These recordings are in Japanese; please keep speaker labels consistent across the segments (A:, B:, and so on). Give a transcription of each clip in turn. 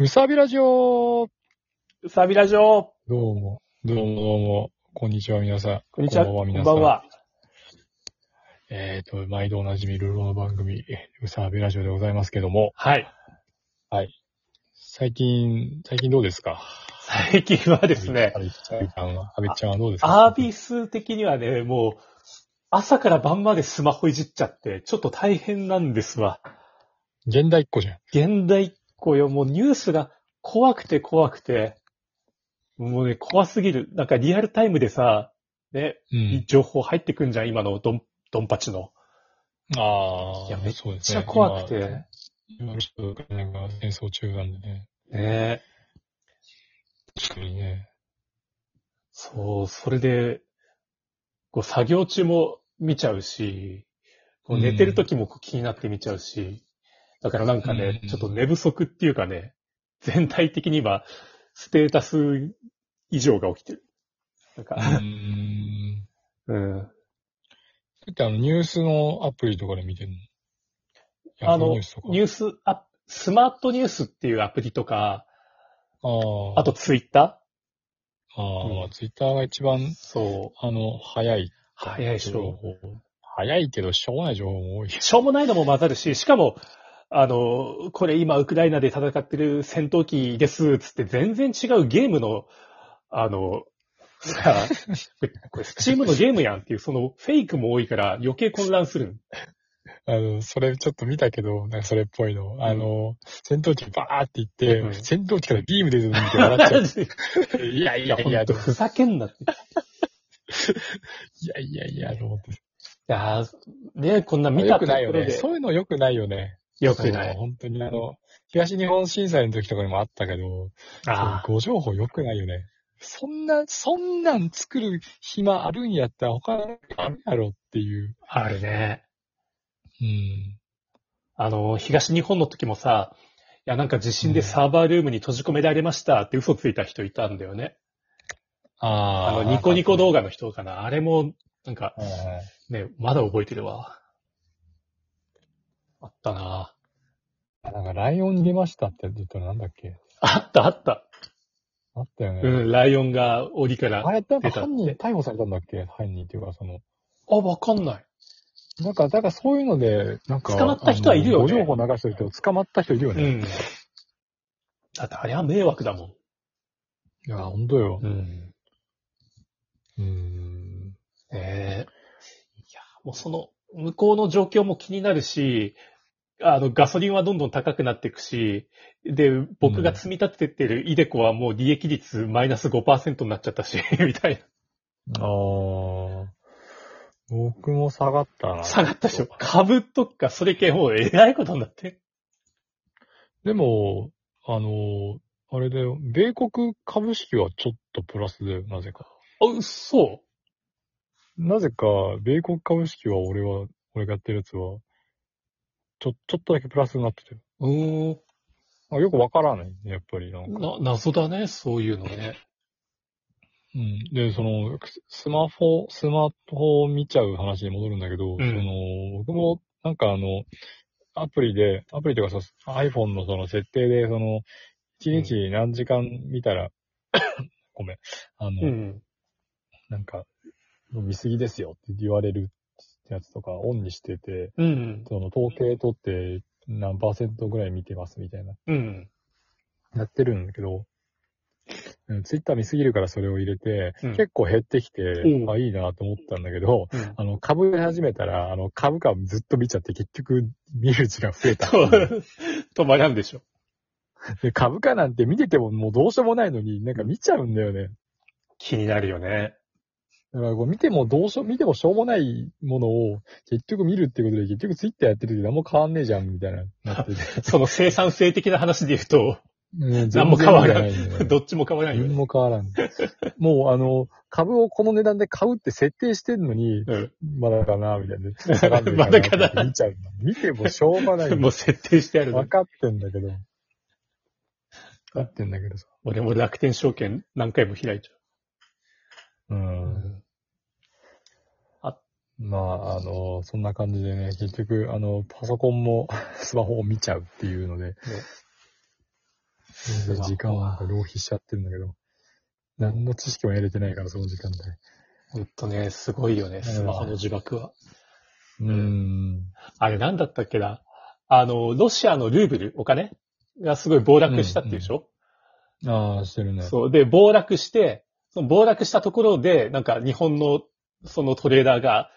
A: うさびラジオ
B: うさびラジオ
A: どうも、どうもどうも、こんにちは皆さん。
B: こんにちは。
A: こんばんは皆さ
B: こ
A: ん。
B: んばんは。
A: えっ、と、毎度おなじみルーローの番組、うさびラジオでございますけども、
B: はい。
A: 最近、最近どうですか
B: 最近はですね
A: ア、ビちゃんは、アビちゃんはどうですか
B: アービス的にはね、もう、朝から晩までスマホいじっちゃって、ちょっと大変なんですわ。
A: 現代っ子じゃん。
B: 現代っ子よ、もうニュースが怖くて怖くて、もうね、怖すぎる。なんかリアルタイムでさ、ね、
A: うん。
B: 情報入ってくんじゃん、今のドン、ドンパチの。
A: ああ、
B: いやめっ
A: そうで
B: めっ
A: す
B: ち
A: ね
B: ゃ怖くて。
A: 今、今ロシアとウクライナが戦争中なんでね。
B: ね
A: 確かにね。
B: そう、それで、こう作業中も見ちゃうし、こう寝てる時もこう気になって見ちゃうし、だからなんかね、
A: うん
B: ちょっと寝不足っていうかね、全体的に今、ステータス以上が起きてる。なん
A: う
B: か、
A: ん。
B: うん。
A: さっきあの、ニュースのアプリとかで見てるの
B: あ
A: ヤフー
B: の、
A: ニュ
B: ニ
A: ースとか。
B: ュースアプ、スマートニュースっていうアプリとか、
A: ああ。
B: あと、ツイッタ
A: ああ、ま
B: う
A: あ
B: ん
A: ツイッターが一
B: ー
A: 番、
B: そう。
A: あの、早い。
B: 早い
A: 情報
B: 情報。
A: 早いけど、しょうもない情報も多い。
B: しょうもないのも混ざるし、しかも、あの、これ今ウクライナで戦ってる戦闘機です、つって全然違うゲームの、あの、さ あ、これスチームのゲームやんっていう、そのフェイクも多いから余計混乱する。
A: あの、それちょっと見たけど、なんかそれっぽいの。あの、戦闘機バーって行って、
B: うん
A: 戦闘機からビーム出てるの見て笑 っちゃう。いやい
B: い
A: や
B: や、
A: い
B: ほ
A: や、
B: ん
A: と
B: とふざけんなって。い
A: いやいやいや、と思って。
B: やーねこんな見
A: よ
B: た
A: く
B: と
A: ない
B: こ
A: よ
B: ろ
A: ね。
B: で。
A: そういうのよくないよね。
B: よくな
A: そう
B: い。
A: 本当にあの、東日本震災の時とかにもあったけど、
B: あ
A: ご情報よくないよね。そんな、そんなん作る暇あるんやったら他なんかあるやろっていう。
B: あ、あるね。
A: うん。
B: あの、東日本の時もさ、いや、なんか地震でサーバールームに閉じ込められましたって嘘ついた人いたんだよね。あ
A: あ
B: の、ニコニコ動画の人かな。あれも、なんか、
A: 画。はいはい
B: ね、まだ覚えてるわ。あったな
A: なんか、ライオン逃げましたって言ったらなんだっけ
B: あったあった。
A: あったよね。
B: うん、ライオンが檻から。
A: あ
B: あ、
A: れ、なんか
B: 出た
A: 犯人逮捕されたんだっけ犯人っていうか、その、
B: わかんない。
A: なんか、だからそういうので、なんか、
B: 捕まった人はいるよね
A: あのご情報流してるけど、捕まった人いるよ
B: う
A: ね。
B: ん。だってあれは迷惑だも
A: いや、本当よ
B: ん。。ん。
A: うん。
B: ええいや、もうその、向こうの状況も気になるし、あの、ガソリンはどんどん高くなっていくし、で、僕が積み立ててるイデコはもう利益率マイナス5%になっちゃったし、 みたいな。
A: あー。僕も下がったな。
B: 下がったでしょ。株とか、それ系もうえらいことになって。
A: でも、あの、あれだよ、米国株式はちょっとプラスだよ、なぜか。
B: あ、嘘。
A: なぜか、米国株式は俺は、俺がやってるやつは、ちょ、ちょっとだけプラスになってて。
B: うーん。
A: あよくわからないね、やっぱりなんか。
B: な、謎だね、そういうのね。
A: うん。で、その、ススマホ、スマートフォン見ちゃう話に戻るんだけど、
B: ん
A: その、僕も、なんかあの、アプリで、アプリというかさ、iPhone のその設定で、その、一日何時間見たら、ごめん、あの、
B: うん。
A: なんか、見すぎですよって言われるやつとかオンにしてて、
B: うん。
A: その統計取って何パーセントぐらい見てますみたいな、
B: うん。
A: やってるんだけど、ツイッター見すぎるからそれを入れて、
B: うん
A: 結構減ってきて、
B: うん
A: あ、いいなと思ったんだけど、
B: うん。
A: あの、株やり始めたら、あの、株価ずっと見ちゃって結局見る時間増えた。
B: と、とまらんでしょ。
A: で株価なんて見ててももうどうしようもないのに、なんか見ちゃうんだよね。
B: 気になるよね。
A: だからこう見てもどうしよう、見てもしょうもないものを結局見るってことで結局ツイッターやってる時何も変わんねえじゃんみたいな、な ってて。
B: その生産性的な話で言うと、
A: うん
B: 何も変わらん
A: 全然意味がいんだよね
B: どっちも変わらないよ
A: 何
B: ね。
A: も変わらん。もうあの、株をこの値段で買うって設定してんのに、
B: う
A: まだかな、みたいな。下がんねえ
B: まだかな
A: 見ちゃうんだ。見てもしょうがない。
B: ん。 もう設定してあるの
A: 分。かってんだけど。分かってんだけどさ。
B: 俺も楽天証券何回も開いちゃ
A: う
B: う。
A: ん。まあ、あの、そんな感じでね、結 局、あの、パソコンもスマホを見ちゃうっていうので、
B: スマホは
A: 時間をなんか浪費しちゃってるんだけど、何の知識も得れてないから、その時間帯。
B: ほんとね、すごいよね、スマホの呪縛は。
A: うーん。
B: あれなんだったっけなあの、ロシアのルーブル、お金がすごい暴落したっていうでしょ、
A: ああ、してるね。
B: そう。で、暴落して、その暴落したところで、なんか日本のそのトレーダーが、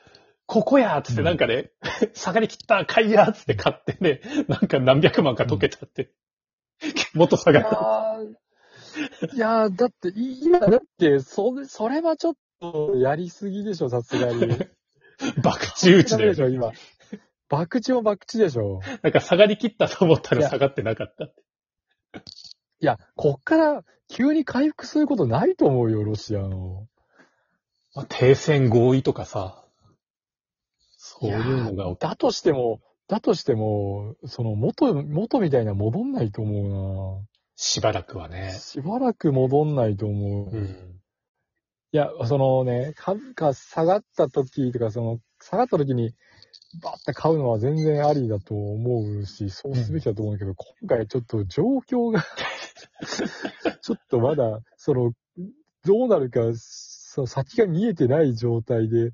B: ここやっつって
A: うん
B: なんかね、 下がりきった買いやっつって買ってね、なんか何百万か溶けちゃって、元下
A: い
B: が
A: や
B: った。
A: ーいやーだって、いや、だって、そ、それはちょっと、やりすぎでしょ、さすが に。
B: 爆打打ち
A: ダメ
B: で
A: でし。ょ、今。爆打も爆打でしょ。
B: なんか下がりきったと思った
A: い
B: ら
A: や
B: 下がってなかった。
A: いや、こっから、急に回復することないと思うよ、ロシアの。
B: まあ、停戦合意とかさ、そういうのが起き
A: だとしても、だとしても、その、元、元みたいな戻んないと思
B: しばらくは
A: うな
B: ね。
A: しばらく戻んないと思う。
B: うん。
A: いや、そのね、株価下がった時とか、その、下がった時に、バッて買うのは全然ありだと思うし、そうすべきだと思うんだけど、今回ちょっと状況が、 ちょっとまだ、その、どうなるか、その先が見えてない状態で、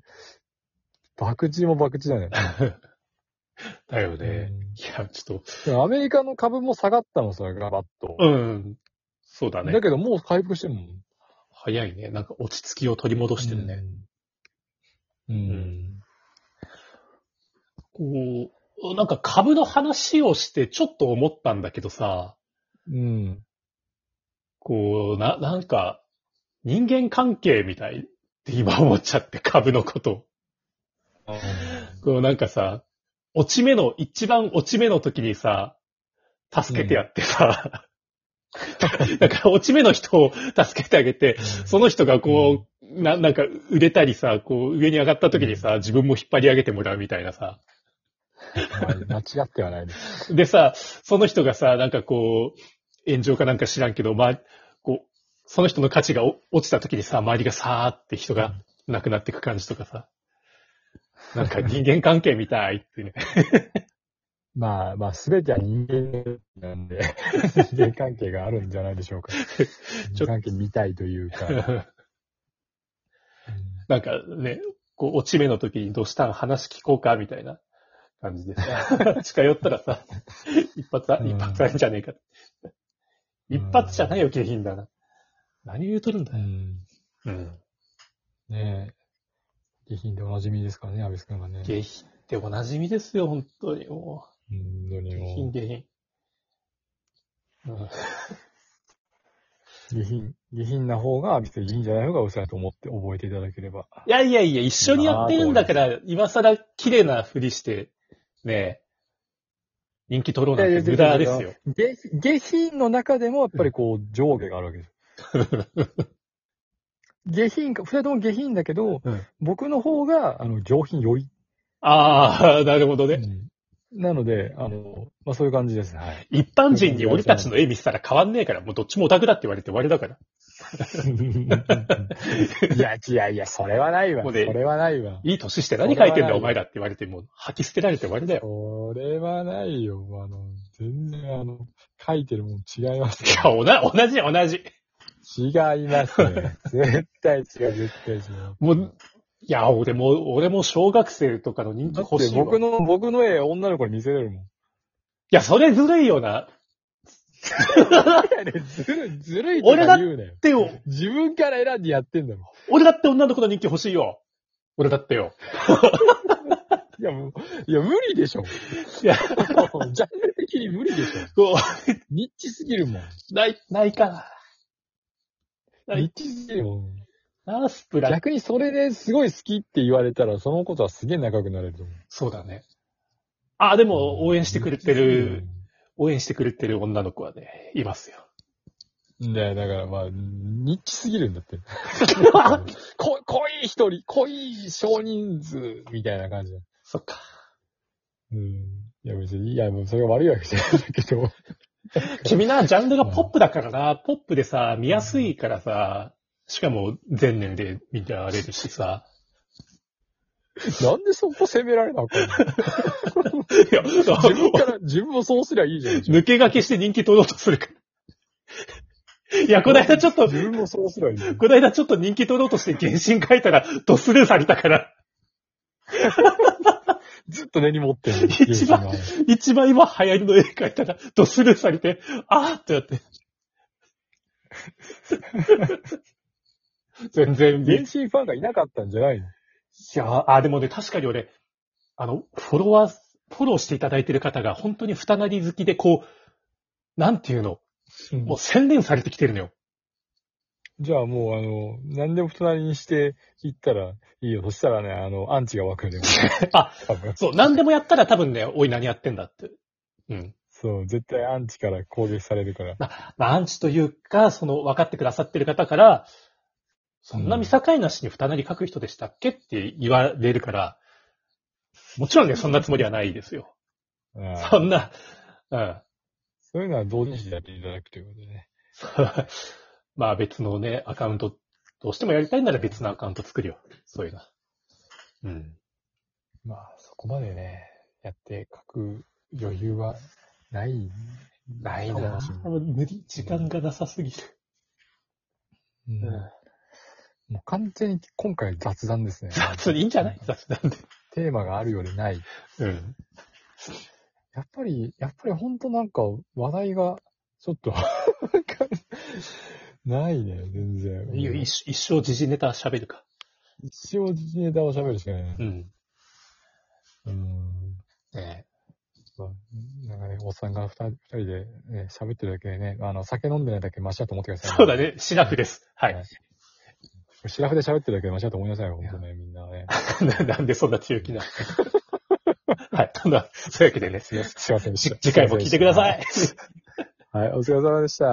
A: 爆打も爆打だね。
B: だよね。いや、ちょっと、
A: でもアメリカの株も下がったのさ、ガバッと。
B: うん。そうだね。
A: だけどもう回復してるもん。
B: 早いね。なんか落ち着きを取り戻してるね。
A: うん。
B: こう、なんか株の話をしてちょっと思ったんだけどさ、
A: うん。うん。
B: こう、な、なんか、人間関係みたいって今思っちゃって株のこと。こうなんかさ、落ち目の、一番落ち目の時にさ、助けてやってさ、 だから落ち目の人を助けてあげて、その人がこう、な、なんか売れたりさ、こう上に上がった時にさ、自分も引っ張り上げてもらうみたいなさ。
A: はい間違ってはないです。
B: でさ、その人がさ、なんかこう、炎上かなんか知らんけど、まあ、こう、その人の価値がお落ちた時にさ、周りがさーって人が亡くなっていく感じとかさ。なんか人間関係みたい ってね。
A: まあ、まあ、すべては人間なんで、 人間関係があるんじゃないでし ょうか。
B: ち
A: 人間
B: ょ
A: 関係見たいというか。
B: なんかね、こう、落ち目の時にどうしたん話聞こうかみたいな感じで さ、近寄ったらさ、一発あ、
A: うん
B: 一発あるんじゃねえか。
A: うん
B: 一発じゃないよ、景品だな。何言うとるんだ
A: う
B: よ。
A: ん。
B: うん。
A: ねえ。下品でおなじみですからね、安部さんがね。
B: 下品っておなじみですよ、本当にも
A: 本当
B: う。
A: に
B: 下品、
A: も
B: 下品。うん
A: う。下品、下品な方が、別にいいんじゃない方が嘘だと思って覚えていただければ。
B: いやいやいや、一緒にやってるんだから、今更綺麗なふりして、ねえ、人気取ろうなんて無駄ですよ。
A: 下下品の中でも、やっぱりこう、上下があるわけです。 下品か、二人とも下品だけど、
B: うん
A: 僕の方が、あの、上品より
B: ああ、 なるほどね。
A: なので、あの、まあ、そういう感じです。はい。
B: 一般人に俺たちの絵見せたら変わんねえから、もうどっちもオタクだって言われて終わりだから。
A: いや、いやいや、それはないわ。
B: もう
A: そ
B: ね
A: れはないわ。
B: いい年して何書いてん
A: それは
B: だ
A: ない
B: お前らって言われて、もう吐き捨てられて終わりだよ。
A: それはないよ。あの、全然、あの、書いてるもん違います
B: いや、おな同じ同じ。
A: 違いますね。 絶対違う、絶対違う。
B: もう、いや、俺も、俺も小学生とかの人気
A: だっ
B: 欲
A: て
B: しいわ。
A: 僕
B: い
A: の、僕の絵、女の子に見せれるもん。
B: や、それずるいよな。
A: ずるい、ずるいとか言うなよ。
B: でも、
A: 自分から選んでやってんだろ。
B: 俺だって女の子の人気欲しいよ。俺だってよ。
A: いや、もう、いや、無理でしょ。
B: いや、
A: も うジャンル的に無理でしょ。
B: こ
A: ニッチすぎるもん。
B: う、ない、ないか。はい
A: ニッチすぎるもん。
B: ナースプラ。
A: 逆にそれですごい好きって言われたら、そのことはすげえ仲良くなれると思う。
B: そうだね。あ、でも、応援してくれてる、応援してくれてる女の子はね、いますよ。
A: うん。だよ、だからまあ、日記すぎるんだって。こ濃い一人、濃い少人数みたいな感じだ。
B: そっか。
A: うん。いや別に、いや、もうそれが悪いわけじゃないんだけど。
B: 君な、ジャンルがポップだからな、ポップでさ、見やすいからさ、しかも全年で見られるしさ。
A: なんでそこ責められなあかん の
B: いや、
A: 自分から、自分もそうすりゃいいじゃん。
B: 抜け駆けして人気取ろうとするから。い や、こないだちょっと、
A: 自分もそうすらいい。
B: こないだちょっと人気取ろうとして原神書いたら、ドスルーされたから、
A: ずっと根に持ってる。
B: 一番
A: 友人が
B: 一番今流行りの絵描いたら、ドスルーされて、あーってなって。全然見、
A: 原
B: い
A: 神ファンがいなかったんじゃないの
B: や、あ、でもね、確かに俺、あの、フォロワー、フォローしていただいてる方が本当に二なり好きで、こう、なんていうの、もう洗練されてきてるのよ。
A: じゃあもう、あの、何でも隣にしていったらいいよ。そしたらね、あの、アンチが湧くよね。
B: あ、
A: 多分
B: そう、何でもやったら多分ね、おい何やってんだって。うん。
A: そう、絶対アンチから攻撃されるから。
B: まあ、アンチというか、その、分かってくださってる方から、そんな見境なしに二なり書く人でしたっけって言われるから、もちろんね、そんなつもりはないですよ。
A: ああ
B: そんな、うん。
A: そういうのは同時にやっていただくということでね。
B: まあ別のね、アカウント、どうしてもやりたいなら別のアカウント作るよ。そういうの。うん。
A: まあ、そこまでね、やって書く余裕はない。
B: ない
A: か
B: な
A: もしれない
B: 無理、時間がなさすぎる。
A: うん
B: うん
A: もう完全に今回雑談ですね。
B: 雑にいいんじゃない雑なんで。
A: テーマがあるよりない。
B: うん。
A: やっぱり、やっぱりほんとなんか話題が、ちょっとなんか、ないね、全然。
B: いいよ
A: 一
B: 一一生時事ネタ喋るか。
A: 生時事ネタを喋るしかないね。
B: うん。
A: うん。
B: ね
A: そうなんかね、おっさんが二人二人で、ね、喋ってるだけでね、あの、酒飲んでないだけマシだと思ってください、
B: そうだ。ね、シラフです。はい。
A: シラフで喋ってるだけでマシだと思いなさいよ、ほんとね、みんなね。
B: ななんでそんな強気な。 はい。そんな、そういうわけでね。
A: すいません。
B: 次回も聞いてください。
A: はい、お疲れ様でした。